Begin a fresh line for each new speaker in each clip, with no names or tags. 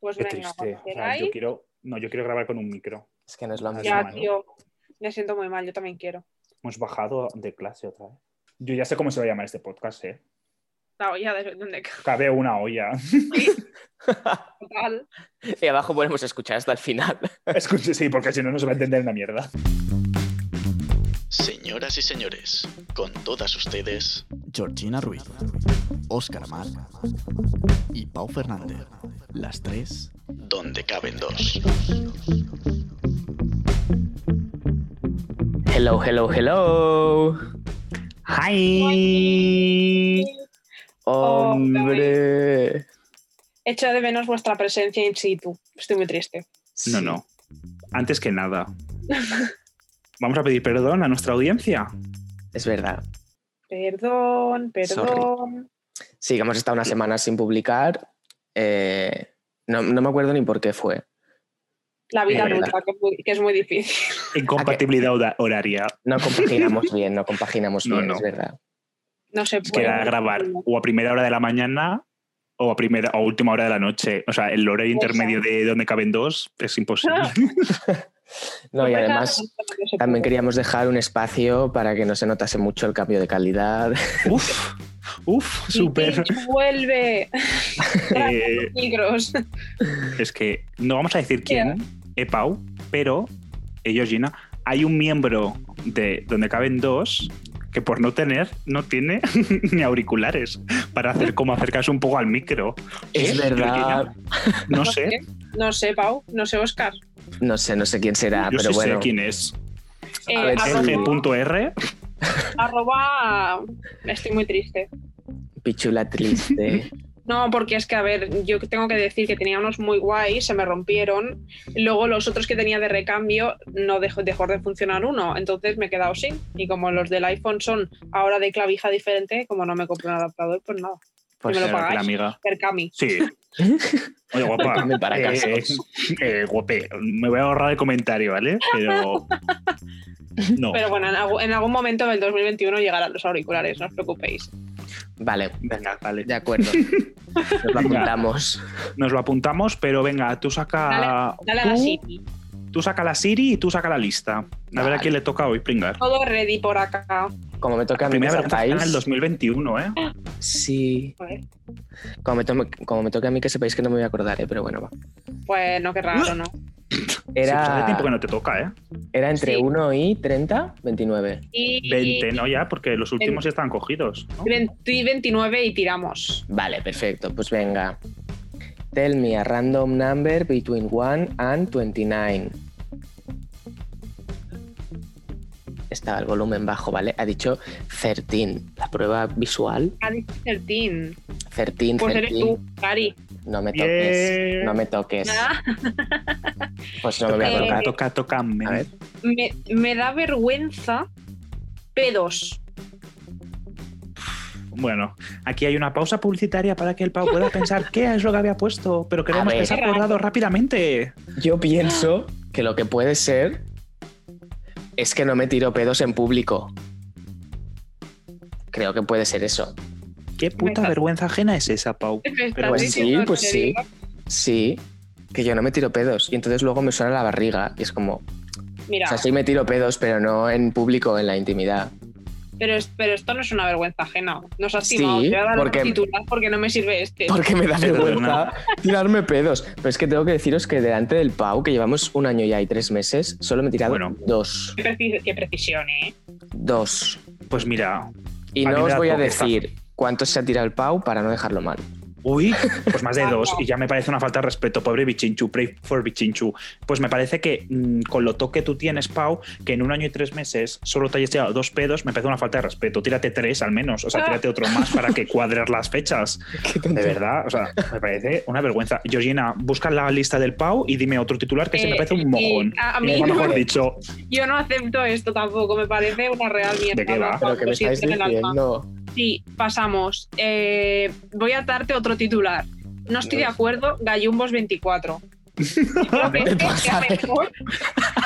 Pues
Qué
venga,
triste.
cuando
O sea,
queráis.
yo quiero, no, yo quiero grabar con un micro.
Es que no es lo mismo.
Ya,
Manu.
tío. Me siento muy mal, yo también quiero.
Hemos bajado de clase otra vez. Yo ya sé cómo se va a llamar este podcast, ¿eh?
La olla de donde ca-
Cabe una olla.
total.
Y abajo podemos escuchar hasta el final.
Escuche, sí, porque si no, no se va a entender una mierda.
Señoras y señores, con todas ustedes, Georgina Ruiz, Óscar Mar y Pau Fernández. Las tres, donde caben dos.
Hello, hello, hello. Hi. Hombre.
Echo de menos vuestra presencia in situ. Estoy muy triste.
Oh, No, no. Antes que nada, vamos a pedir perdón a nuestra audiencia.
Es verdad.
Perdón, perdón.
Sí, que hemos estado una semana sin publicar. Eh, no, no me acuerdo ni por qué fue.
La vida
Es verdad.
adulta, que, es muy- que es muy difícil.
Incompatibilidad hora- horaria.
No compaginamos bien, no compaginamos
No,
bien,
no.
es verdad.
No se
Es
puede.
que era grabar o a primera hora de la mañana o a primera o a última hora de la noche. O sea, el horario
Exacto.
intermedio de donde caben dos es imposible.
No, y
Pues
además
nada, no se
también
puede.
queríamos dejar un espacio para que no se notase mucho el cambio de calidad.
uf, uf, súper.
Mitch, Vuelve.
Eh,
Micros.
es que no vamos a decir quién, eh, Pau, pero, eh, Georgina, hay un miembro de donde caben dos que por no tener, no tiene ni auriculares para hacer como acercarse un poco al micro.
Es
¿Eh,
verdad.
Georgina? No sé,
No sé, Pau. No sé, Oscar.
No sé, no sé quién
Ah,
será,
yo
pero
sí
bueno.
sé quién es.
Eh,
ver,
arroba,
G.R.
Pues arroba- Estoy muy triste.
Pichula triste.
No, porque es que, a ver, yo tengo que decir que tenía unos muy guays, se me rompieron. Luego los otros que tenía de recambio no dejó, dejó de funcionar uno, entonces me he quedado sin. Y como los del iPhone son ahora de clavija diferente, como no me compré un adaptador, pues nada,
Pues
me lo
Claro que
pagáis.
la amiga.
Percami.
Sí. Oye, guapa.
Dame para casa.
Eh, eh, guape, me voy a ahorrar el comentario, ¿vale? Pero. No.
Pero bueno, en, algu- en algún momento del 2021 llegarán los auriculares, no os preocupéis.
Vale,
Venga, vale.
de acuerdo. Nos lo
Venga.
apuntamos.
Nos lo apuntamos, pero venga, tú saca.
Dale a la
tú,
Siri.
tú saca la Siri y tú saca la lista. A ver
Vale.
a quién le toca hoy pringar.
Todo ready por acá.
Como me toca a mí
Primera
que
vergüenza en el
sepáis.
2021,
Ah.
¿eh?
Sí.
A ver.
Como me, tome- como me toca a mí que sepáis que no me voy a acordar, eh, pero bueno, va.
Pues no, qué raro, ¿no?
Sí, pues hace
Era,
tiempo que no te toca, ¿eh?
era entre
Sí.
1 y 30, 29.
Y
20, ¿no? Ya, porque los últimos ya estaban cogidos. ¿no?
20 29 y tiramos.
Vale, perfecto. Pues venga. Tell me a random number between 1 and 29. Estaba el volumen bajo, ¿vale? Ha dicho 13. La prueba visual.
Ha dicho 13.
13,
Pues eres
13.
tú, Cari.
No me toques.
Bien.
No me toques.
Nada.
Pues no me voy a
Toca,
tocar.
toca, toca.
A ver.
Me, me da vergüenza pedos.
Bueno, aquí hay una pausa publicitaria para que el Pau pueda pensar qué es lo que había puesto, pero queremos
A ver.
que se ha acordado rápidamente.
Yo pienso que lo que puede ser es que no me tiro pedos en público. Creo que puede ser eso.
¿Qué puta
Venga.
vergüenza ajena es esa, Pau?
Estás
pues
diciendo
sí, pues sí.
tonterías.
Sí, que yo no me tiro pedos. Y entonces luego me suena la barriga. Y es como,
Mira,
o sea, sí me tiro pedos, pero no en público, en la intimidad.
pero, es- pero esto no es una vergüenza ajena. Nos has timado.
Sí,
Te voy a dar
porque-
el titular porque no me sirve este.
Porque me da vergüenza
Perdona.
tirarme pedos. Pero es que tengo que deciros que delante del Pau, que llevamos un año ya y tres meses, solo me he tirado
Bueno.
dos.
Qué, preci- qué precisión, ¿eh?
Dos.
Pues mira,
Y
A mí
no
me
os
da
voy a
toque esta-
decir cuántos se ha tirado el Pau para no dejarlo mal.
uy, pues más de
Ah,
dos,
no.
y ya me parece una falta de respeto, pobre Bichinchu, pray for Bichinchu. Pues me parece que mm, con lo toque que tú tienes, Pau, que en un año y tres meses solo te hayas tirado dos pedos, me parece una falta de respeto. Tírate tres al menos, o sea,
Ah.
tírate otro más para que cuadres las fechas. De verdad, o sea, me parece una vergüenza. Georgina, busca la lista del Pau y dime otro titular que se me
Eh,
parece
y-
un mojón.
a- a mí
Nunca
no
mejor
me-
dicho,
Yo no acepto esto tampoco. Me parece una real mierda.
¿De qué va?
Pero que me
Lo siento
estáis
en el alma.
diciendo.
Sí, pasamos. Eh, voy a darte otro titular. No estoy de
Dios.
acuerdo, Gallumbos 24. Creo que
Vete
este
tú a
sea
saber.
mejor.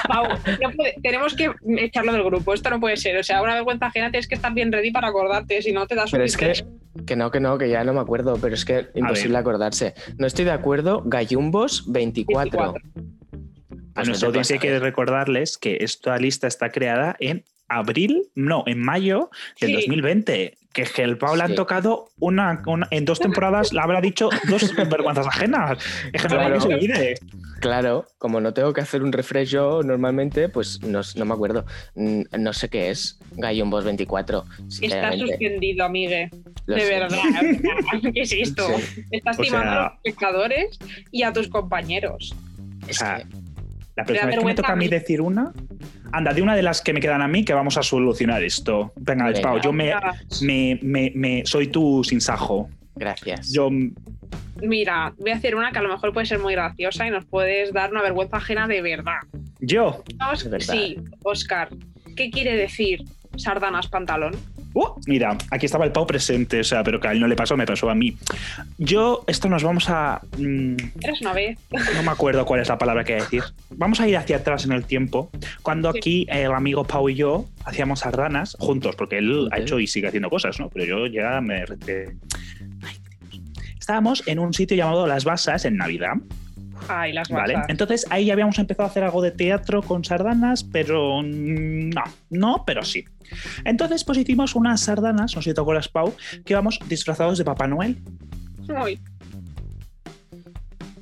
Pau, no puede- tenemos que echarlo del grupo. Esto no puede ser. O sea, una vergüenza ajena tienes que estar bien ready para acordarte. Si no, te das un
Pero es que,
disgusto.
que no, que no, que ya no me acuerdo, pero es que imposible acordarse. No estoy de acuerdo, Gallumbos 24.
24.
A
Pues
nuestra
me toca
audiencia hay que
saber.
recordarles que esta lista está creada en abril, no, en mayo del
Sí.
2020. Que es que el Pau le han
Sí.
tocado una, una- en dos temporadas, le habrá dicho dos vergüenzas ajenas. Es que no
Claro.
hay que se olvide.
Claro, como no tengo que hacer un refresh yo normalmente, pues no, no me acuerdo. Mm, No sé qué es Gallumbos 24,
Está
sinceramente.
suspendido, amigue.
Lo
de
siento.
verdad. o sea, ¿Qué es esto?
Sí,
Estás
O
timando
sea-
a los espectadores y a tus compañeros.
O
es
sea,
que-
la próxima vez que me
vergüenza
toca a mí
a mí.
decir una, anda, de una de las que me quedan a mí, que vamos a solucionar esto. Venga,
Venga.
Pau, yo me, me, me- me- soy tu sinsajo.
gracias.
Yo,
Mira, voy a hacer una que a lo mejor puede ser muy graciosa y nos puedes dar una vergüenza ajena de verdad.
yo,
Vamos-
Es verdad.
sí, Oscar, ¿qué quiere decir sardanas pantalón?
Uh, mira, aquí estaba el Pau presente, o sea, pero que a él no le pasó, me pasó a mí. Yo, esto nos vamos a. mm,
Eres una vez.
no me acuerdo cuál es la palabra que decir. Vamos a ir hacia atrás en el tiempo. Cuando
Sí.
aquí el amigo Pau y yo hacíamos sardanas juntos, porque él ha
Ok.
hecho y sigue haciendo cosas, ¿no? Pero yo ya me. retiré. Ay, Estábamos en un sitio llamado Las Basas en Navidad.
Ay, las
Vale,
matas.
entonces ahí ya habíamos empezado a hacer algo de teatro con sardanas, pero mm, no, no, pero sí. Entonces pues hicimos unas sardanas, no sé si te acuerdas, Pau, que íbamos disfrazados de Papá Noel.
Uy.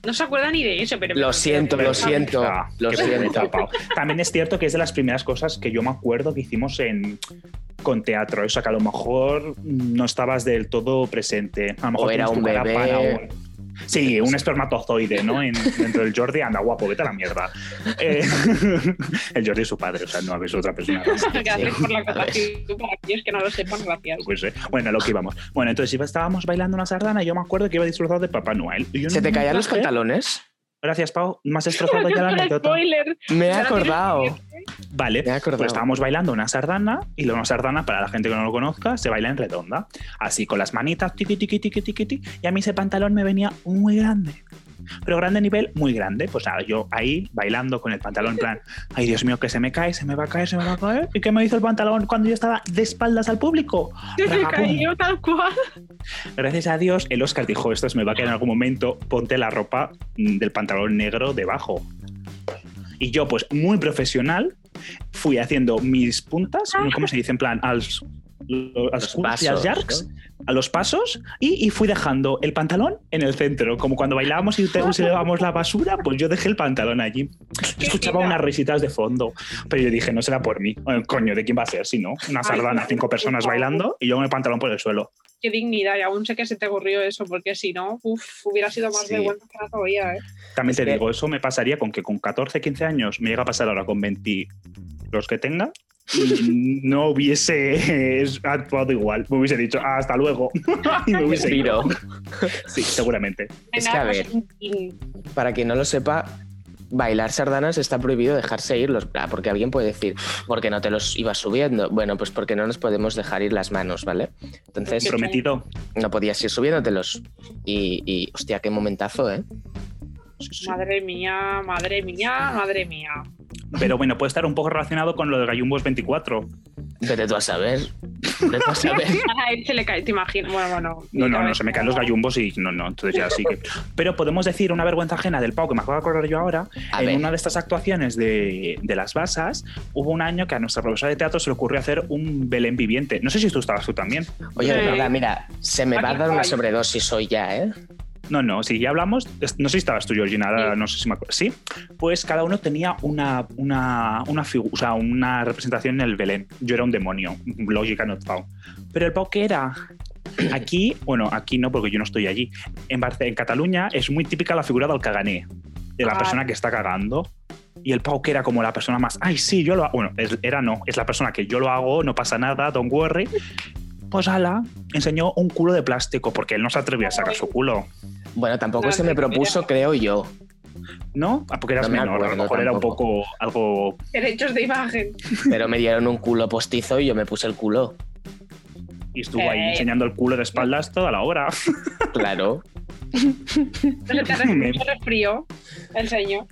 No se acuerda ni de eso, pero...
Lo siento, lo
Qué
siento,
vergüenza,
lo
qué
siento.
vergüenza, Pau. También es cierto que es de las primeras cosas que yo me acuerdo que hicimos en con teatro, o sea que a lo mejor no estabas del todo presente. A lo mejor
era
tienes tu
un
cara
bebé. pues
pana aún. Sí, un espermatozoide, ¿no? En- dentro del Jordi, anda guapo, vete a la mierda. Eh, el Jordi es su padre, o sea, no habéis otra persona.
Gracias por la
A ver.
comparación, para aquellos que no lo sepan, gracias.
Yo qué sé. Bueno, a lo que íbamos. Bueno, entonces iba- estábamos bailando una sardana y yo me acuerdo que iba disfrazado de Papá Noel. Y yo
¿Se
no me
te
¿eh?
caían los
traje-
pantalones?
Gracias, Pau. Me has destrozado Pues ya la anécdota.
Spoiler.
Me he
Ahora tienes
acordado.
Vale,
Me he acordado.
pues estábamos bailando una sardana y la- una sardana, para la gente que no lo conozca, se baila en redonda. Así, con las manitas, tiqui, tiqui, tiqui, tiqui, tiqui, y a mí ese pantalón me venía muy grande. Pero grande nivel, muy grande. Pues nada, yo ahí bailando con el pantalón, en plan, ay Dios mío, que se me cae, se me va a caer, se me va a caer. ¿Y qué me hizo el pantalón cuando yo estaba de espaldas al público?
Se te
Ragabum.
cayó tal cual.
Gracias a Dios, el Oscar dijo, esto se me va a caer en algún momento, ponte la ropa mm, del pantalón negro debajo. Y yo, pues muy profesional, fui haciendo mis puntas,
Ah.
¿no? ¿cómo se dice? En plan, al,
Los pasos,
yarks, a los pasos, y, y fui dejando el pantalón en el centro. Como cuando bailábamos y te- usábamos la basura, pues yo dejé el pantalón allí. Yo escuchaba
vida.
unas risitas de fondo, pero yo dije, no será por mí. Bueno, coño, ¿de quién va a ser? Si no, una
Ay,
sardana, cinco personas bailando y yo con el pantalón por el suelo.
Qué dignidad, y aún sé que se te ocurrió eso, porque si no, uf, hubiera sido más
Sí.
vergüenza que la todavía, ¿eh?
También
Es
te
que-
digo, eso me pasaría con que con 14, 15 años me llega a pasar ahora con 20 los que tenga y no hubiese eh, actuado igual. Me hubiese dicho hasta luego y me hubiese ido.
Respiro.
Sí, seguramente.
Es
Nada
que, a
más
ver.
un pin.
Para quien no lo sepa, bailar sardanas está prohibido dejarse ir los bra, porque alguien puede decir, porque no te los ibas subiendo. Bueno, pues porque no nos podemos dejar ir las manos, ¿vale? Entonces
Porque-
Prometido.
no podías ir subiéndotelos. Y, y hostia, qué momentazo, ¿eh?
Sí, sí.
Madre mía, madre mía, madre mía.
Pero bueno, puede estar un poco relacionado con lo de Gallumbos 24.
Vete tú a saber. Vete tú a saber.
A él se le cae, te imagino. Bueno, bueno.
No, no,
otra
no,
vez.
se me caen los gallumbos y no, no, entonces ya sí que. Pero podemos decir una vergüenza ajena del Pau que me acabo de acordar yo ahora.
A
en
ver.
una de estas actuaciones de, de las basas, hubo un año que a nuestra profesora de teatro se le ocurrió hacer un Belén viviente. No sé si tú estabas tú también.
Oye, de
Sí.
verdad, mira, se me va a
Aquí
dar una
estoy.
sobredosis hoy ya, ¿eh?
No, no, si ya hablamos, es- no sé si estabas tú, Georgina, ahora
Sí.
no sé si me acuerdo. Sí, pues cada uno tenía una, una, una, figu- o sea, una representación en el Belén. Yo era un demonio, lógica no Pau. Pero el Pau que era aquí, bueno, aquí no, porque yo no estoy allí. En, Barce- en Cataluña es muy típica la figura del cagané, de la
Ah.
persona que está cagando. Y el Pau que era como la persona más, ay, sí, yo lo hago. Bueno, es- era no, es la persona que yo lo hago, no pasa nada, don't worry. Pues ala, enseñó un culo de plástico porque él no se atrevía a sacar su culo.
Bueno, tampoco
No,
se me
sí,
propuso, creo yo.
¿No? Ah, porque eras
No me
menor, a lo
acuerdo
mejor era un
tampoco.
poco algo.
Derechos de imagen.
Pero me dieron un culo postizo y yo me puse el culo.
Y estuvo ahí
Eh.
enseñando el culo de espaldas toda la hora.
Claro.
No se te resfrió, el señor.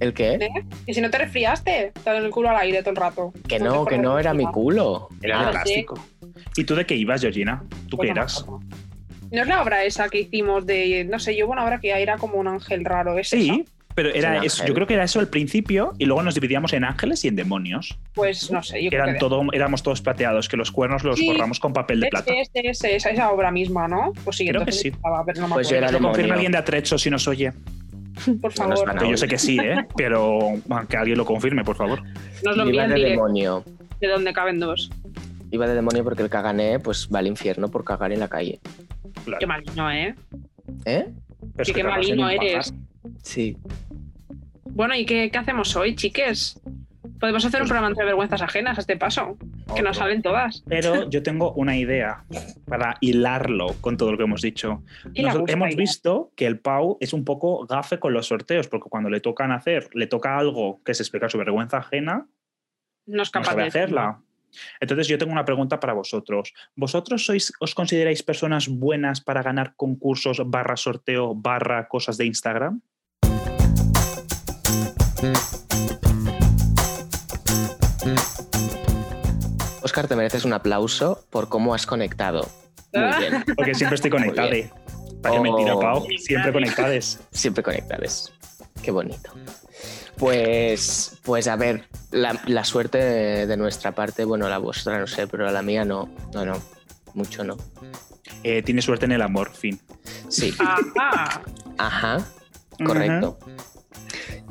¿El qué?
¿Eh? Y si no te resfriaste, te das el culo al aire todo el rato.
Que
te
no, que
forres
no
de
era mi
encima.
culo.
Era
Ah,
de
sí.
plástico. ¿Y tú de qué ibas, Georgina? ¿Tú qué
Bueno,
eras?
No es la obra esa que hicimos de. No sé, yo hubo una obra que era como un ángel raro. ¿es esa?
Sí, pero
Es
era
un
eso,
ángel.
yo creo que era eso al principio y luego nos dividíamos en ángeles y en demonios.
Pues no sé, yo
Que
creo
eran
que-
todo, éramos todos plateados, que los cuernos los
Sí.
forramos con papel de
Es-
plata.
es- es- es- esa, esa obra misma, ¿no? Pues sí,
Creo que
entonces
sí.
estaba, pero no me
Pues yo
acuerdo.
era
Lo confirma
demonio.
alguien de Atrecho si nos oye.
Por
No nos
favor,
van
no
a-
Que yo sé que sí, ¿eh? Pero bueno, que alguien lo confirme, por favor.
nos lo
Yo iba
envíen
de
directo
demonio.
de donde caben dos.
Iba de demonio porque el cagané pues va al infierno por cagar en la calle.
Claro.
Qué malino, ¿eh?
¿eh?
Pero es
qué
claro,
malino
no sé ni
eres.
pagar.
Sí.
Bueno, ¿y qué, qué hacemos hoy, chiques? Podemos hacer
Pues-
un programa entre vergüenzas ajenas a este paso, que nos salen todas.
Pero yo tengo una idea para hilarlo con todo lo que hemos dicho.
Y la
Nos-
gusta,
hemos
y-
visto que el Pau es un poco gafe con los sorteos, porque cuando le tocan hacer, le toca algo que se explica su vergüenza ajena,
No es
no
capaz
sabe
de
hacerla. Entonces yo tengo una pregunta para vosotros. ¿Vosotros sois, os consideráis personas buenas para ganar concursos barra sorteo barra cosas de Instagram?
Oscar, te mereces un aplauso por cómo has conectado. Muy
Ah.
bien.
Porque siempre estoy
Muy
conectada.
bien.
Vaya
Oh.
mentira, Pau. Siempre conectades.
Siempre conectades. Qué bonito. Pues, pues a ver, la, la suerte de, de nuestra parte, bueno, la vuestra no sé, pero la mía no, no, no, mucho no.
Eh, tiene suerte en el amor, fin.
Sí,
Ajá.
ajá, correcto.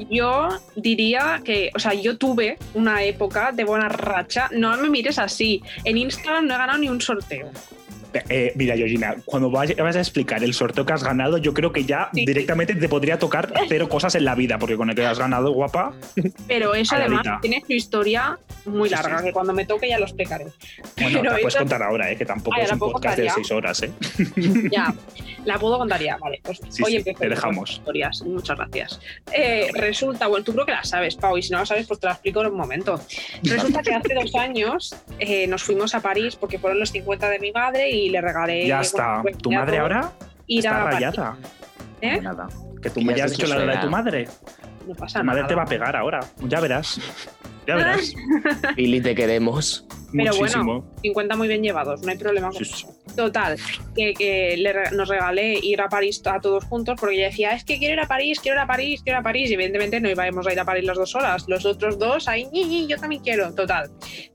Yo diría que, o sea, yo tuve una época de buena racha. No me mires así. En Instagram no he ganado ni un sorteo.
Eh, mira, Georgina, cuando vay- vas a explicar el sorteo que has ganado, yo creo que ya
Sí.
directamente te podría tocar cero cosas en la vida, porque con el que has ganado, guapa,
Pero eso
Ay,
además
Alita.
tiene su historia muy
Sí,
larga,
sí.
que cuando me toque ya lo explicaré.
bueno,
Pero
la puedes
eso-
contar ahora, eh, que tampoco
Ay,
es un
tampoco
podcast de
estaría.
seis horas. Eh.
Ya, la puedo contar ya, vale. Pues
Sí,
hoy
sí,
empiezo
te
yo
dejamos.
con las historias. Muchas gracias. Eh, resulta, bueno, tú creo que la sabes, Pau, y si no la sabes, pues te la explico en un momento. Resulta que hace dos años eh, nos fuimos a París porque fueron los 50 de mi madre y le regalé.
ya
bueno,
está.
pues,
¿Tu
ya
madre
todo,
ahora
ir a
está
París.
rayada?
¿Eh?
Nada. Que tú
Que
me
ya
hayas
se
dicho la
suena.
verdad de tu madre.
No pasa
Tu madre
nada.
te va a pegar ahora. Ya verás. Ya verás.
Pili, te queremos.
Pero
Muchísimo.
50 muy bien llevados, no hay problema con
Sí,
eso. Total, que, que le re- nos regalé ir a París a todos juntos porque ella decía, es que quiero ir a París, quiero ir a París, quiero ir a París. Y evidentemente no íbamos a ir a París las dos horas. Los otros dos, ahí, "Ñi, ñi, yo también quiero. Total,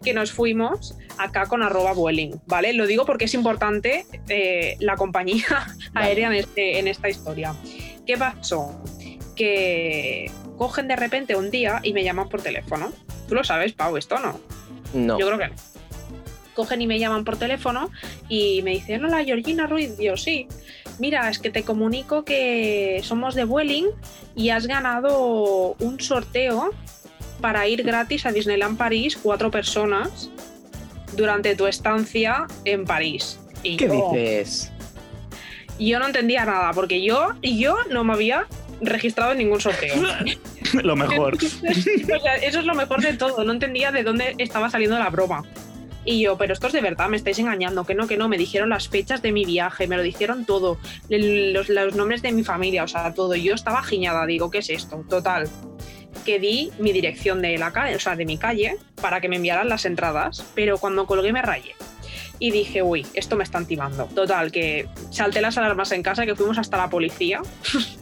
que nos fuimos acá con arroba Vueling, ¿vale? Lo digo porque es importante eh, la compañía
Vale.
aérea en, este, en esta historia. ¿Qué pasó? Que cogen de repente un día y me llaman por teléfono. Tú lo sabes, Pau, esto no.
No,
Yo creo que no. Cogen y me llaman por teléfono y me dicen, hola Georgina Ruiz, yo sí. Mira, es que te comunico que somos de Vueling y has ganado un sorteo para ir gratis a Disneyland París, cuatro personas, durante tu estancia en París. Y
¿qué
yo,
dices?
yo no entendía nada, porque yo, yo no me había registrado en ningún sorteo.
Lo mejor.
O sea, eso es lo mejor de todo. No entendía de dónde estaba saliendo la broma. Y yo, pero esto es de verdad, me estáis engañando, que no, que no. Me dijeron las fechas de mi viaje, me lo dijeron todo, el- los, los nombres de mi familia, o sea, todo. Yo estaba giñada, digo, ¿qué es esto? Total. Que di mi dirección de la calle, o sea, de mi calle, para que me enviaran las entradas, pero cuando colgué me rayé. Y dije, uy, esto me están timando. Total, que salté las alarmas en casa, que fuimos hasta la policía.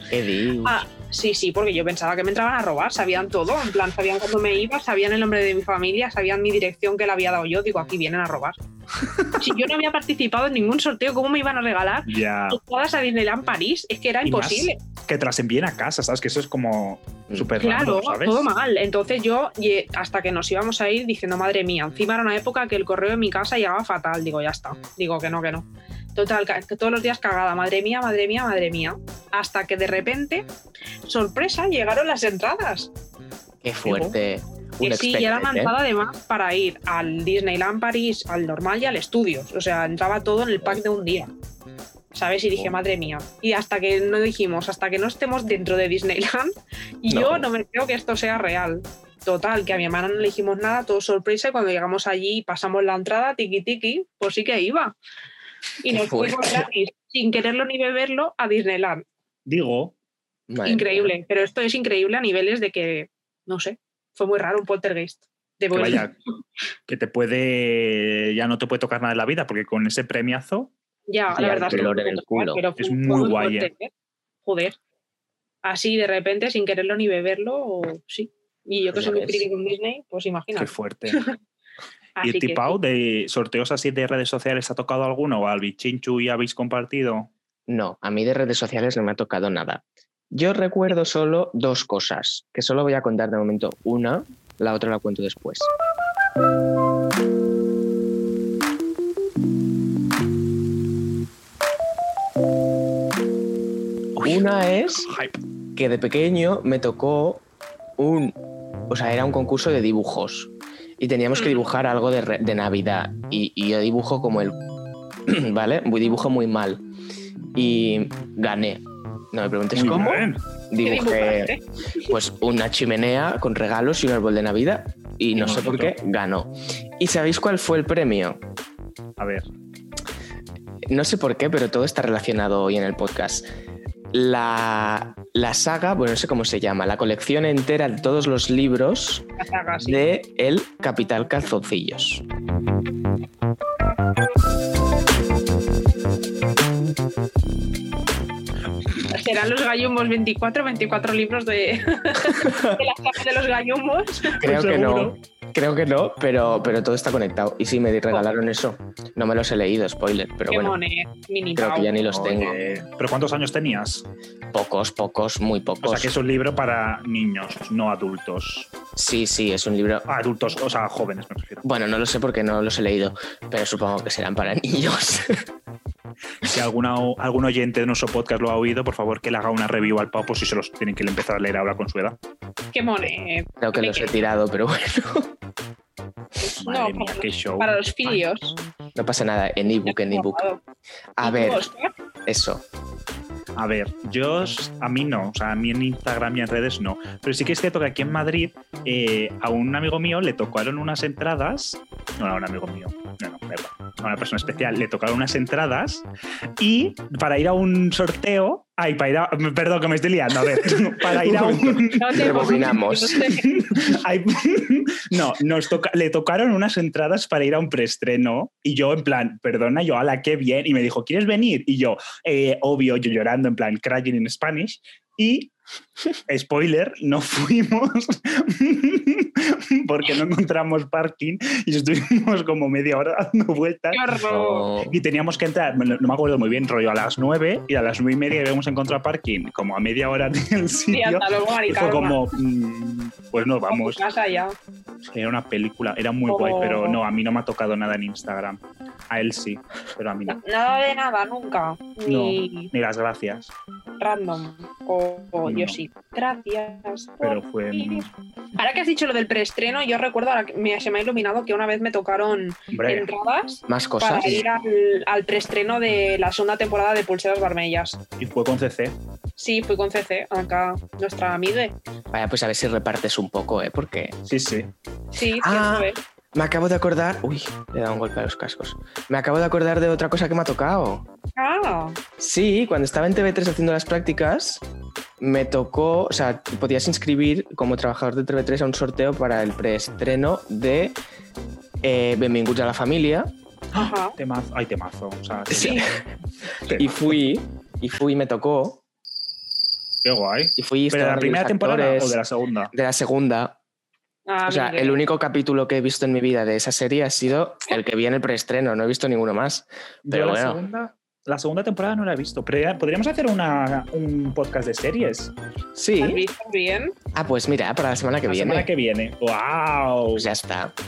¿Qué dices?
Ah, sí, sí, porque yo pensaba que me entraban a robar, sabían todo, en plan, sabían cuándo me iba, sabían el nombre de mi familia, sabían mi dirección que le había dado yo, digo, aquí
Mm.
vienen a robar. si yo no había participado en ningún sorteo, ¿cómo me iban a regalar?
ya.
Todas a Disneyland París, es que era
Mm. Y más
imposible.
Que te las envíen a casa, ¿sabes? Que eso es como
Mm.
súper
Claro,
random, ¿sabes?
todo mal. Entonces yo, ye- hasta que nos íbamos a ir diciendo, madre mía, encima era una época que el correo en mi casa llegaba fatal. Digo, ya está. Digo que no, que no. Total, ca- que todos los días cagada, madre mía, madre mía, madre mía. Hasta que de repente, sorpresa, llegaron las entradas.
Qué fuerte.
Que
Un
Eh, sí, y era
expected, ¿eh?
avanzada además para ir al Disneyland París, al normal y al estudios. O sea, entraba todo en el pack de un día. ¿Sabes? Y dije,
Oh.
madre mía. Y hasta que no dijimos, hasta que no estemos dentro de Disneyland, y
No.
yo no me creo que esto sea real. Total, que a mi hermana no le dijimos nada, todo sorpresa, y cuando llegamos allí y pasamos la entrada, tiki tiki, pues sí que iba. Y
Qué
nos fuimos
fuerte.
gratis, sin quererlo ni beberlo, a Disneyland.
Digo,
Madre increíble, mía. pero esto es increíble a niveles de que, no sé, fue muy raro un poltergeist.
De que, vaya, que te puede, ya no te puede tocar nada en la vida, porque con ese premiazo...
Ya, la verdad
el en el culo.
Pero
es muy guay. Eh.
Joder. Así de repente, sin quererlo ni beberlo, o... sí. Y yo que soy muy crítico con Disney, pues imagínate.
Qué fuerte. ¿Y Tipao, sí. de sorteos así de redes sociales, ha tocado alguno? ¿O al Bichinchu y habéis compartido?
No, a mí de redes sociales no me ha tocado nada. Yo recuerdo solo dos cosas, que solo voy a contar de momento una, la otra la cuento después. Uy, una es hype. que de pequeño me tocó un, o sea, era un concurso de dibujos y teníamos que dibujar algo de, de Navidad. Y, y, yo dibujo como el. ¿Vale? Dibujo muy mal. Y gané. No me preguntes
muy
cómo. Bien.
¿eh?
Dibujé pues una chimenea con regalos y un árbol de Navidad. Y no, no sé por qué ganó. ¿Y sabéis cuál fue el premio?
A ver.
No sé por qué, pero todo está relacionado hoy en el podcast. La, la, saga, bueno, no sé cómo se llama, la colección entera de todos los libros
saga, Ah, sí.
de El Capital Calzoncillos.
Serán los gallumbos 24, 24 libros de, de la saga de los gallumbos.
Creo que no. Creo que no, pero, pero todo está conectado. Y sí, me regalaron eso. No me los he leído, spoiler, pero
Qué
bueno.
Moned, mini
creo que ya ni los
Oye.
tengo.
¿Pero cuántos años tenías?
Pocos, pocos, muy pocos.
O sea, que es un libro para niños, no adultos.
Sí, sí, es un libro.
Ah, adultos, o sea, jóvenes, me refiero.
Bueno, no lo sé porque no los he leído, pero supongo que serán para niños.
si alguna, algún oyente de nuestro podcast lo ha oído, por favor que le haga una review al Papo si se los tienen que empezar a leer ahora con su edad.
Qué mone.
Creo que los he tirado, pero bueno.
Madre no, mía, qué show.
Pues Para los filios.
No pasa nada, en ebook, en ebook. A ver, eso.
A ver, yo, a mí no, o sea, a mí en Instagram y en redes no. Pero sí que es cierto que aquí en Madrid eh, a un amigo mío le tocaron unas entradas. No, a un amigo mío, no, no, a una persona especial le tocaron unas entradas y para ir a un sorteo. Ay, para ir a. Perdón, que me estoy liando. A ver, para ir a un.
No Rebobinamos.
este
Ay, no, nos toca, le tocaron unas entradas para ir a un preestreno y yo, en plan, perdona, yo, ala, qué bien. Y me dijo, ¿quieres venir? Y yo, eh, obvio, yo llorando, en plan, crying in Spanish. Y, spoiler, no fuimos porque no encontramos parking y estuvimos como media hora dando vueltas.
Oh.
Y teníamos que entrar, no me acuerdo muy bien, rollo a las 9 y a las 9 y media íbamos a encontrar parking, como a media hora del sitio.
Sí, hasta luego,
y fue como, mmm, pues no, vamos.
Casa ya.
Era una película, era muy oh. guay, pero no, a mí no me ha tocado nada en Instagram. A él sí, pero a mí no.
Nada de nada, nunca.
Ni, no, ni las gracias.
Random. O, o no. yo sí. Gracias.
Pero fue.
Ir. Ahora que has dicho lo del preestreno, yo recuerdo, ahora que me, se me ha iluminado que una vez me tocaron
Hombre,
entradas
más cosas. Mm.
para ir al, al, preestreno de la segunda temporada de Pulseras Barmellas.
¿Y fue con CC?
Sí, fui con CC, acá nuestra amiga.
Vaya, pues a ver si repartes un poco, ¿eh? Porque.
Sí, sí.
Sí, ¿eh?
ah, me acabo de acordar. Uy, le he dado un golpe a los cascos. Me acabo de acordar de otra cosa que me ha tocado.
Ah.
Sí, cuando estaba en TV3 haciendo las prácticas, me tocó. O sea, podías inscribir como trabajador de TV3 a un sorteo para el preestreno de eh, Benvinguts a la Familia.
Ajá.
Temazo. Ay, temazo. O sea,
sí.
temazo. Y fui, y fui, me tocó.
Qué guay.
Y fui
¿Pero de la primera temporada actores, o de la segunda?
De la segunda.
Ah,
o sea,
mire.
el único capítulo que he visto en mi vida de esa serie ha sido el que vi en el preestreno, no he visto ninguno más. Pero
la,
bueno.
segunda, la segunda temporada no la he visto. Pero podríamos hacer una, un podcast de series.
Sí.
¿Has visto bien?
Ah, pues mira, para la semana que
la
viene.
La semana que viene. ¡Wow!
Pues ya está.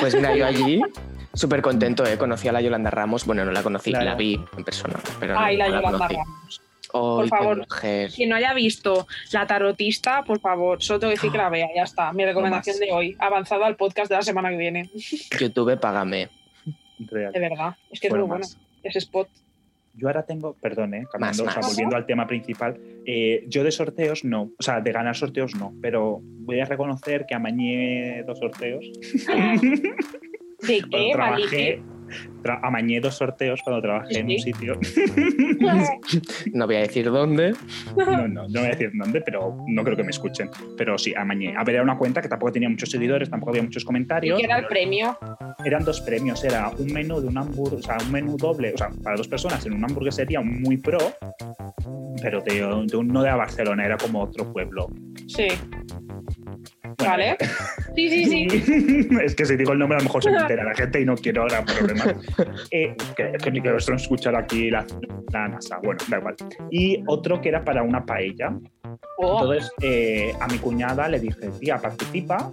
Pues mira, yo allí. Súper contento, ¿eh? Conocí a la Yolanda Ramos. Bueno, no la conocí,
Claro.
la vi en persona. Pero
Ay,
no,
la
no
Yolanda
conocí.
Ramos.
Ay,
Por
qué
favor,
mujer.
quien no haya visto La Tarotista, por favor, solo tengo que decir que la vea, ya está. Mi recomendación
No
de hoy, avanzado al podcast de la semana que viene.
YouTube, págame.
Real.
De verdad, es que es
Bueno,
muy bueno.
más.
Ese spot.
Yo ahora tengo, perdón, eh, cambiando,
Más,
o sea,
más.
volviendo al tema principal, eh, yo de sorteos no, o sea, de ganar sorteos no, pero voy a reconocer que amañé dos sorteos.
¿De
Cuando
qué,
trabajé,
Maliki?
tra- amañé dos sorteos cuando trabajé en un
Sí.
sitio.
No voy a decir dónde.
No, no, no voy a decir dónde, pero no creo que me escuchen. Pero sí, amañé. A ver, era una cuenta que tampoco tenía muchos seguidores, tampoco había muchos
¿Y
comentarios.
qué era el premio?
Eran dos premios, era un menú de un hamburguesa, o sea, un menú doble, o sea, para dos personas en una hamburguesería muy pro, pero de, de un- no de Barcelona, era como otro pueblo.
Sí.
Bueno,
¿Vale? Sí, sí, sí.
es que si digo el nombre a lo mejor se me entera la gente y no quiero ahora problemas. Eh, que, que ni quiero escuchar aquí la, la NASA. Bueno, da igual. Y otro que era para una paella.
Oh,
Entonces eh, a mi cuñada le dije, tía, participa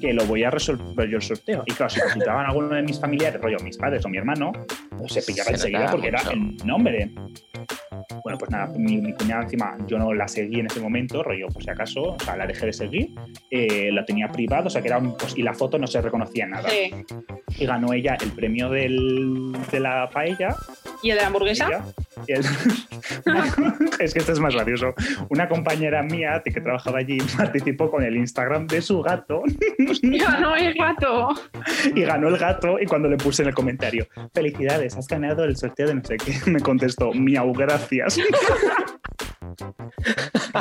que lo voy a resolver yo el sorteo. Y claro, si participaban alguno de mis familiares, rollo mis padres o mi hermano, pues se pillaba
Se
enseguida
notaba
porque era
mucho.
el nombre. Bueno, pues nada, mi, mi cuñada encima yo no la seguí en ese momento, rollo, por si acaso, o sea, la dejé de seguir, eh, la tenía privado, o sea, que era un, pues, y la foto no se reconocía en nada.
sí.
Y ganó ella el premio del, de la paella
¿Y el de la hamburguesa?
y el- es que esto es más gracioso. Una compañera mía que trabajaba allí participó con el Instagram de su gato
Ya no es gato.
y ganó el gato. Y cuando le puse en el comentario, felicidades, has ganado el sorteo de no sé qué, me contestó, miau, gracias.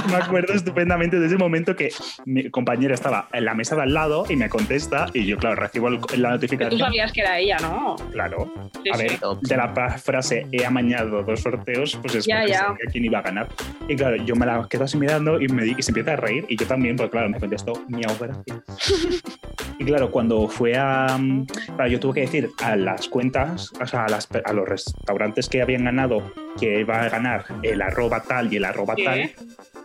Me acuerdo estupendamente de ese momento que mi compañera estaba en la mesa de al lado y me contesta y yo, claro, recibo el- la
Que tú
notificación.
sabías que era ella, ¿no?
Claro,
Sí,
a
sí.
ver, de la pa- frase he amañado dos sorteos, pues es
Ya,
porque
ya.
sabía quién iba a ganar. Y claro, yo me la quedo así mirando y, me di- y se empieza a reír. Y yo también, pues claro, me contestó miau, gracias. y claro, cuando fue a. mm, Claro, yo tuve que decir a las cuentas, o sea, a, las pe- a los restaurantes que habían ganado que iba a ganar el arroba tal y el arroba
¿Qué?
tal.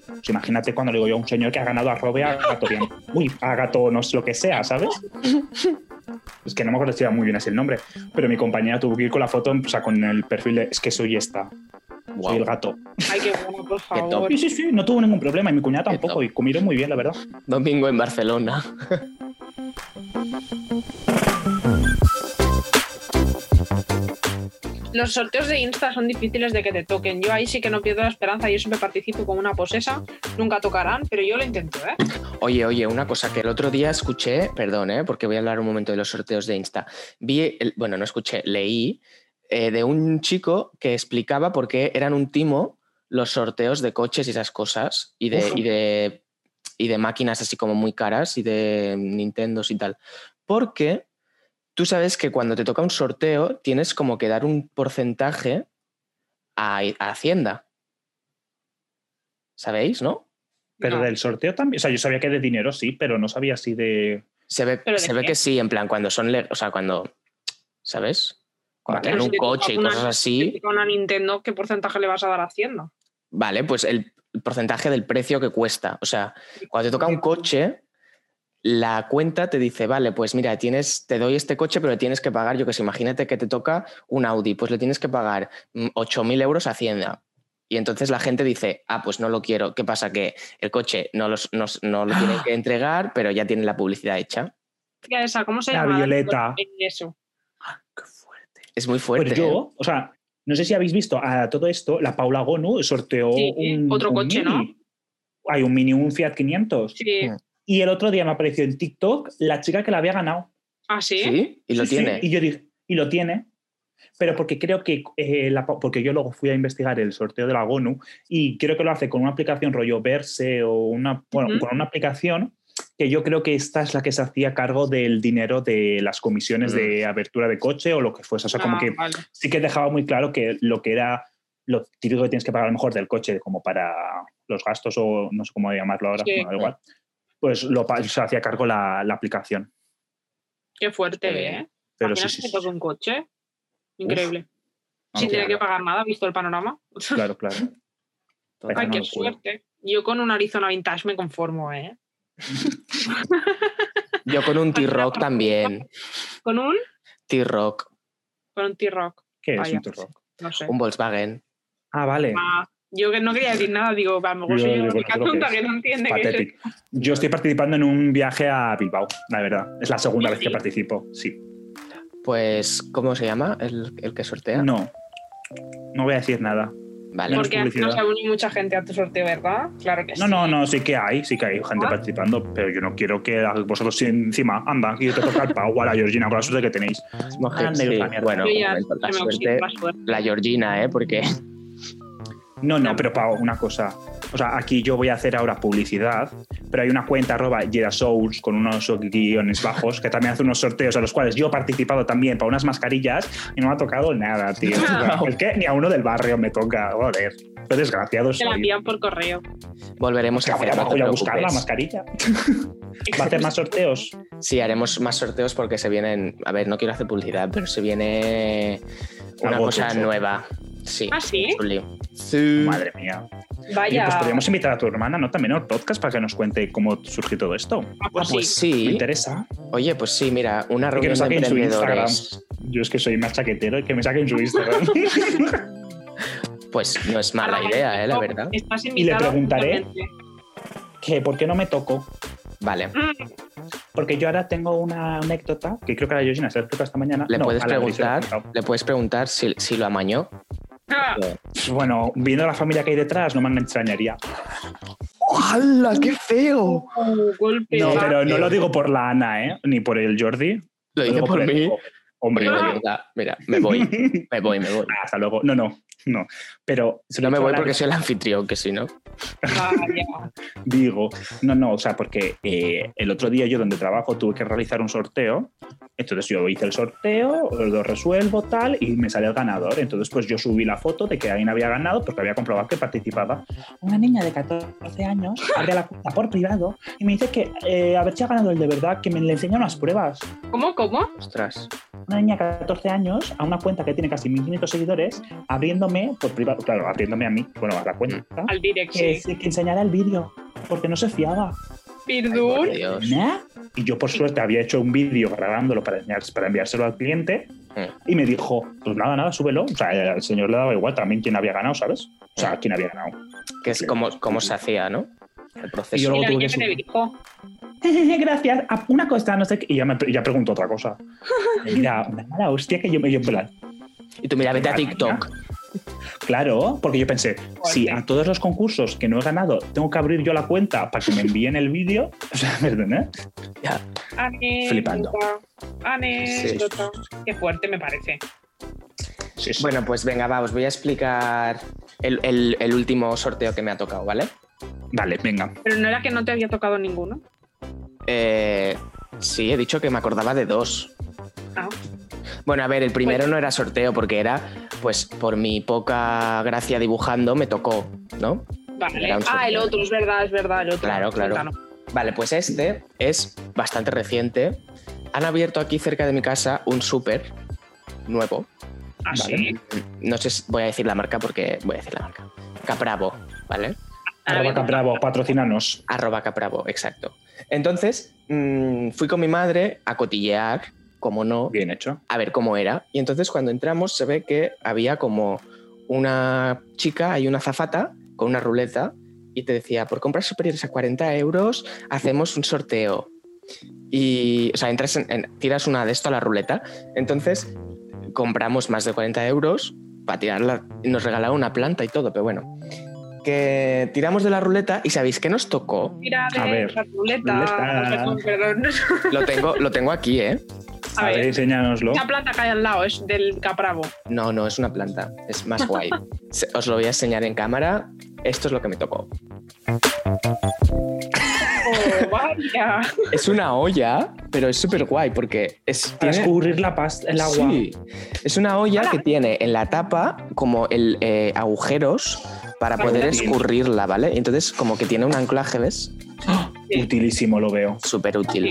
Pues imagínate cuando le digo yo a un señor que ha ganado arroba a gato bien. Uy, a gato no es lo que sea, ¿sabes? Es que no me acuerdo si era muy bien así el nombre, pero mi compañera tuvo que ir con la foto, o sea, con el perfil de es que soy esta, soy el
Wow.
gato.
Ay, qué bueno, por
top.
favor.
Sí, sí, sí, no tuvo ningún problema y mi cuñada
Qué
tampoco,
top.
y comieron muy bien, la verdad.
Domingo en Barcelona.
Los sorteos de Insta son difíciles de que te toquen. Yo ahí sí que no pierdo la esperanza. Yo siempre participo como una posesa. Nunca tocarán, pero yo lo intento, ¿eh?
Oye, oye, una cosa que el otro día escuché, perdón, ¿eh? porque voy a hablar un momento de los sorteos de Insta. Vi, el- bueno, no escuché, leí eh, de un chico que explicaba por qué eran un timo los sorteos de coches y esas cosas, y de,
Uf.
y de, y de máquinas así como muy caras, y de Nintendos y tal. Porque tú sabes que cuando te toca un sorteo tienes como que dar un porcentaje a, a Hacienda. ¿Sabéis, no?
Pero
Ah.
No.
del sorteo también, o sea, yo sabía que de dinero sí, pero no sabía si de...
Se ve,
¿Pero de
se ve
qué?
que sí, en plan, cuando son. le- O sea, cuando. ¿Sabes? Cuando
Vale.
tienen
Pero si
un
te
coche y
toca
cosas
una-
así.
Con una Nintendo, ¿qué porcentaje le vas a dar a Hacienda?
Vale, pues el porcentaje del precio que cuesta. O sea, cuando te toca un coche, la cuenta te dice, vale, pues mira, tienes, te doy este coche, pero le tienes que pagar, yo que sé, imagínate que te toca un Audi, pues le tienes que pagar mm, 8.000 euros a Hacienda. Y entonces la gente dice, ah, pues no lo quiero. ¿Qué pasa? Que el coche no, los, no, no lo tienen que entregar, pero ya tienen la publicidad hecha.
Tía esa, ¿Cómo se
La
llama?
Violeta.
Eso.
Es muy fuerte.
Pues
¿eh?
yo, o sea, no sé si habéis visto a todo esto, la Paula Gonu sorteó
Sí,
un,
otro
un
coche, ¿no?
Mini. Hay un Mini, un Fiat 500.
Sí.
Mm.
Y el otro día me apareció en TikTok la chica que la había ganado.
¿Ah, sí?
¿Sí? Y lo
Sí, sí,
tiene.
Y yo dije, y lo tiene. Pero porque creo que, eh, la pa- porque yo luego fui a investigar el sorteo de la GONU y creo que lo hace con una aplicación rollo Verse o una, bueno,
Ujú.
con una aplicación que yo creo que esta es la que se hacía cargo del dinero de las comisiones
Mm.
de abertura de coche o lo que fuese. O sea, como
Ah,
que
vale.
sí que dejaba muy claro que lo que era lo típico que tienes que pagar a lo mejor del coche, como para los gastos o no sé cómo llamarlo ahora,
Sí.
bueno, da igual, pues lo pa- se hacía cargo la, la aplicación.
Qué fuerte,
Qué bien.
¿eh?
Pero sí,
Imaginas
sí,
que
sí,
toca un coche. Increíble.
Ah,
Sin tener
claro.
que pagar nada, visto el panorama.
Claro, claro. Pero
Ay,
no
qué
lo puedo.
suerte. Yo con un Arizona Vintage me conformo, ¿eh?
Yo con un T-Rock también.
Con un,
T-Rock,
con un T-Rock,
¿Qué es
Vaya.
un turroco?
no sé.
un Volkswagen.
Ah, vale.
Ah, yo que no quería decir nada, digo, a lo mejor
Yo
soy yo
digo,
la única
creo que
tonta
es
que no entiende que es
Patético. Yo estoy participando en un viaje a Bilbao, la verdad. Es la segunda
Sí,
vez que
sí.
participo, sí.
Pues, ¿cómo se llama el, el que sortea?
No. No voy a decir nada.
Vale.
Menos
Porque no
publicidad.
se une mucha gente a tu sorteo, ¿verdad? Claro que
No,
sí.
no, no, sí que hay, sí que hay gente
Ah.
participando, pero yo no quiero que vosotros sí, encima, anda, y te toca el pau a la Georgina con la suerte que tenéis.
Mujer,
Ande,
sí,
la mierda.
Bueno,
Yo ya
un momento, la
se me
suerte,
ocupa suerte.
la Georgina, ¿eh? Porque
No, no,
No.
pero Pau, una cosa. O sea, aquí yo voy a hacer ahora publicidad, pero hay una cuenta arroba Gerasouls con unos guiones bajos que también hace unos sorteos a los cuales yo he participado también para unas mascarillas y no me ha tocado nada, tío.
No.
Es que ni a uno del barrio me toca, joder. Qué desgraciado
Te la
soy.
envían por correo.
volveremos a
Ya voy a,
hacer, no te
voy a buscar la
preocupes.
mascarilla. ¿Va a hacer más sorteos?
Sí, haremos más sorteos porque se vienen. A ver, no quiero hacer publicidad, pero se viene una
Algo
cosa
tocho.
nueva. Sí.
Ah, sí.
Julio.
Madre mía. Oye,
Vaya.
pues podríamos invitar a tu hermana, ¿no? También al podcast para que nos cuente cómo surgió todo esto.
Ah, pues sí.
Pues
Me
sí.
interesa.
Oye, pues sí, mira, una
Y que
reunión
nos
de
saquen su Instagram.
emprendedores.
Yo es que soy más chaquetero y que me saquen su Instagram.
Pues no es mala idea, ¿eh? La verdad.
Oh, Estás
le
invitado
preguntaré.
justamente.
que por qué no me toco.
Vale.
Mm,
Porque yo ahora tengo una anécdota que creo que a la Georgina se la explico esta mañana.
Le
No,
puedes
a la Gris se la he
preguntar,
contado.
le puedes preguntar si, si lo amañó.
ah,
Bueno, viendo la familia que hay detrás, no me extrañaría.
¡Hala! ¡Qué feo!
uh, golpe.
No,
va.
pero no lo digo por la Ana, ¿eh? Ni por el Jordi.
Lo
digo
hice por
el
mí.
hijo. Hombre,
Digo,
Ah.
de verdad, Mira, me voy, me voy, me voy.
hasta luego. No, no, no. Pero se lo
No
he
me
dicho a
voy
la
porque soy el anfitrión, que si no.
Vaya.
Digo, no, no, o sea, porque eh, el otro día yo donde trabajo tuve que realizar un sorteo, entonces yo hice el sorteo, lo resuelvo tal y me sale el ganador, entonces pues yo subí la foto de que alguien había ganado porque había comprobado que participaba. Una niña de 14 años abre la cuenta por privado y me dice que eh, a ver si ha ganado el de verdad, que me le enseña unas pruebas.
¿Cómo, cómo?
Ostras.
Una niña de 14 años a una cuenta que tiene casi 1.500 seguidores abriéndome por privado, claro, abriéndome a mí, bueno, a la cuenta,
Al direct,
que,
sí.
que enseñara el vídeo porque no se fiaba.
Ay, por
Perdón.
Dios.
¿Nah? Y yo, por suerte, había hecho un vídeo grabándolo para, enviar- para enviárselo al cliente
Mm.
y me dijo: Pues nada, nada, súbelo. O sea, al señor le daba igual también quién había ganado, ¿sabes? O
Mm.
sea, quién había ganado.
Que es como, como se hacía, ¿no? El
Y
proceso.
yo
Y
luego
la
tuve
niña
que
que te
subir.
dijo.
Gracias. Ah, Una cosa, no sé qué. Y ya, me, ya preguntó otra cosa. Mira, una mala hostia que yo me. Yo en plan,
Y tú mira, vete a TikTok.
Claro, porque yo pensé, si a todos los concursos que no he ganado tengo que abrir yo la cuenta para que me envíen el vídeo, o sea, perdón, ¿eh?
Anécdota.
Flipando.
Anécdota. Qué fuerte me parece.
Sí, sí.
Bueno, pues venga, va, os voy a explicar el, el- el último sorteo que me ha tocado, ¿vale?
Vale, venga.
Pero no era que no te había tocado ninguno.
Eh, sí, he dicho que me acordaba de dos.
Ah.
Bueno, a ver, el
Pues-
primero no era sorteo porque era, pues por mi poca gracia dibujando me tocó, ¿no?
Vale.
Era un
Ah, el
sorteo.
otro, es verdad, es verdad, el otro.
Claro, claro.
Cuéntanos.
Vale, pues este es bastante reciente. Han abierto aquí cerca de mi casa un súper nuevo.
Ah,
Vale.
sí.
No sé, si voy a decir la marca porque voy a decir la marca. Capravo, ¿vale?
Ah,
Arroba
bien.
Capravo, patrocinanos.
Arroba Capravo, exacto. Entonces, mm, fui con mi madre a cotillear, como no,
Bien hecho.
a ver cómo era. Y entonces cuando entramos se ve que había como una chica y una zafata con una ruleta y te decía, por compras superiores a 40 euros, hacemos un sorteo. Y, o sea, entras en- en- tiras una de esto a la ruleta. Entonces compramos más de 40 euros para tirarla. y Nos regalaron una planta y todo, pero bueno. Que tiramos de la ruleta y ¿sabéis qué nos tocó?
Mira, de
A ver,
la ruleta.
¿dónde está?
Perdón, perdón.
Lo tengo, lo tengo aquí, ¿eh?
A
A ver,
ver.
enséñanoslo.
La planta que hay al lado es del capravo.
No, no, es una planta. Es más guay. Se- Os lo voy a enseñar en cámara. Esto es lo que me tocó.
Oh, vaya.
Es una olla, pero es súper guay porque es.
Para
tiene-
escurrir la pasta, el agua.
Sí. Es una olla
Hola.
que tiene en la tapa como el eh, agujeros para
Para
poder
una-
escurrirla, ¿vale? Entonces, como que tiene un anclaje, ¿ves?
Sí.
Utilísimo, lo veo.
Súper útil.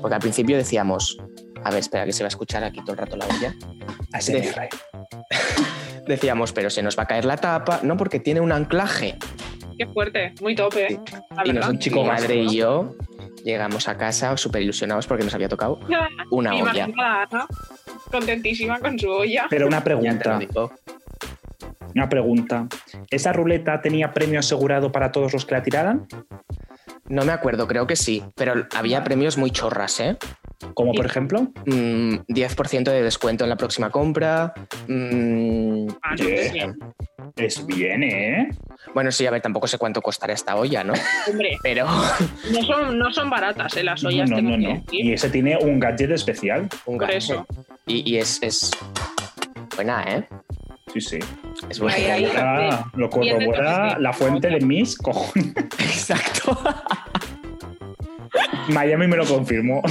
Porque al principio decíamos. A ver, espera, que se va a escuchar aquí todo el rato la olla.
ASMR.
Decíamos, pero se nos va a caer la tapa. No, porque tiene un anclaje.
Qué fuerte. Muy tope, ¿eh? La
Y
verdad.
nosotros,
Chico
mi
gasero,
madre
¿no?
y yo llegamos a casa súper ilusionados porque nos había tocado
Me
una olla.
imagino a Ana contentísima con su olla.
Pero una
Ya te lo
pregunta,
digo.
una pregunta. ¿Esa ruleta tenía premio asegurado para todos los que la tiraran?
No me acuerdo, creo que sí, pero había premios muy chorras, ¿eh?
Como por ejemplo,
Mm, 10% de descuento en la próxima compra. mm,
Ah, no,
Yeah.
sí.
Es bien, ¿eh?
Bueno, sí, a ver, tampoco sé cuánto costará esta olla, ¿no?
Hombre,
Pero
no son, no son baratas eh, las
No,
ollas.
no,
tengo
no,
que
no.
decir.
Y ese tiene un gadget especial.
un
Por
gato.
eso.
Y, y es, es buena, ¿eh?
Sí, sí.
Es buena.
Ahí, ahí.
Ah, lo corrobora la fuente de mis cojones.
Exacto.
Miami me lo confirmó.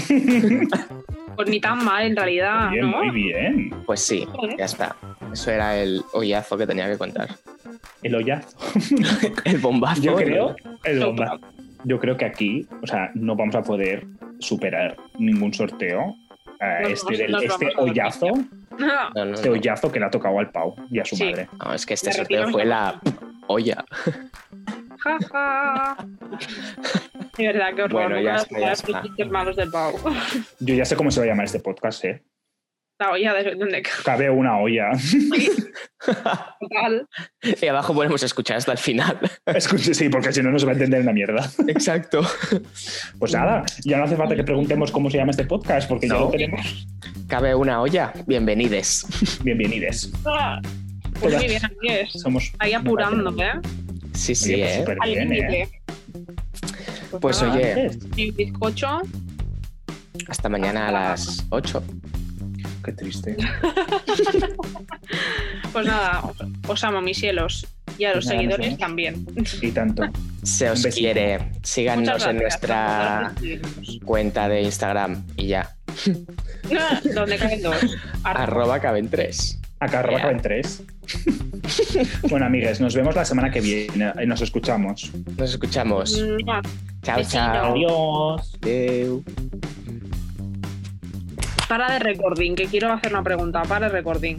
Pues ni tan mal en realidad,
Bien,
Ah, ¿no?
muy bien.
Pues sí,
Joder.
ya está. Eso era el ollazo que tenía que contar.
El olla.
El bombazo.
Yo
¿no?
creo, el bomba. Yo creo que aquí, o sea, no vamos a poder superar ningún sorteo. eh,
Nos
este
vamos-
del-
nos
este
vamos a la
hoyazo,
No, no,
este
no.
hoyazo que le ha tocado al Pau y a su
Sí.
madre.
No, es que este
Me
sorteo
retiro.
fue la olla.
Ja, ja. De verdad, qué horror.
Bueno,
no puedo
ya está,
superar
ya está.
los chistes malos del Pau.
Yo ya sé cómo se va a llamar este podcast, ¿eh?
La olla de donde ca-
Cabe una olla.
tal.
Y abajo podemos escuchar hasta el final.
Escuche, sí, porque si no, no se va a entender una mierda.
Exacto.
Pues nada, ya no hace falta que preguntemos cómo se llama este podcast, porque ya
No.
lo tenemos.
Cabe una olla. Bienvenides.
Bienvenides.
Ah, Pues muy bien, así es.
Somos.
Ahí apurando, ¿eh?
Sí,
Oye,
sí,
pues
¿eh?
súper
Al
bien, ¿eh?
límite.
Pues
nada,
oye,
mi bizcocho.
hasta mañana a las 8.
Qué triste.
Pues nada, os- os amo, mis cielos. Y a los
Pues nada, nos
seguidores
vemos.
también.
Y tanto.
Se os
Un besito.
quiere. Síganos
Muchas
en nuestra
gracias. Gracias.
cuenta de Instagram y ya.
Ah, Donde caen dos.
Arroba caben 3.
Acá
Ya.
arroba en tres. bueno, amigues, nos vemos la semana que viene y nos escuchamos.
Nos escuchamos.
Mua.
Chao,
Besito.
chao.
Adiós.
Adeu.
Para de recording, que quiero hacer una pregunta. Para de recording.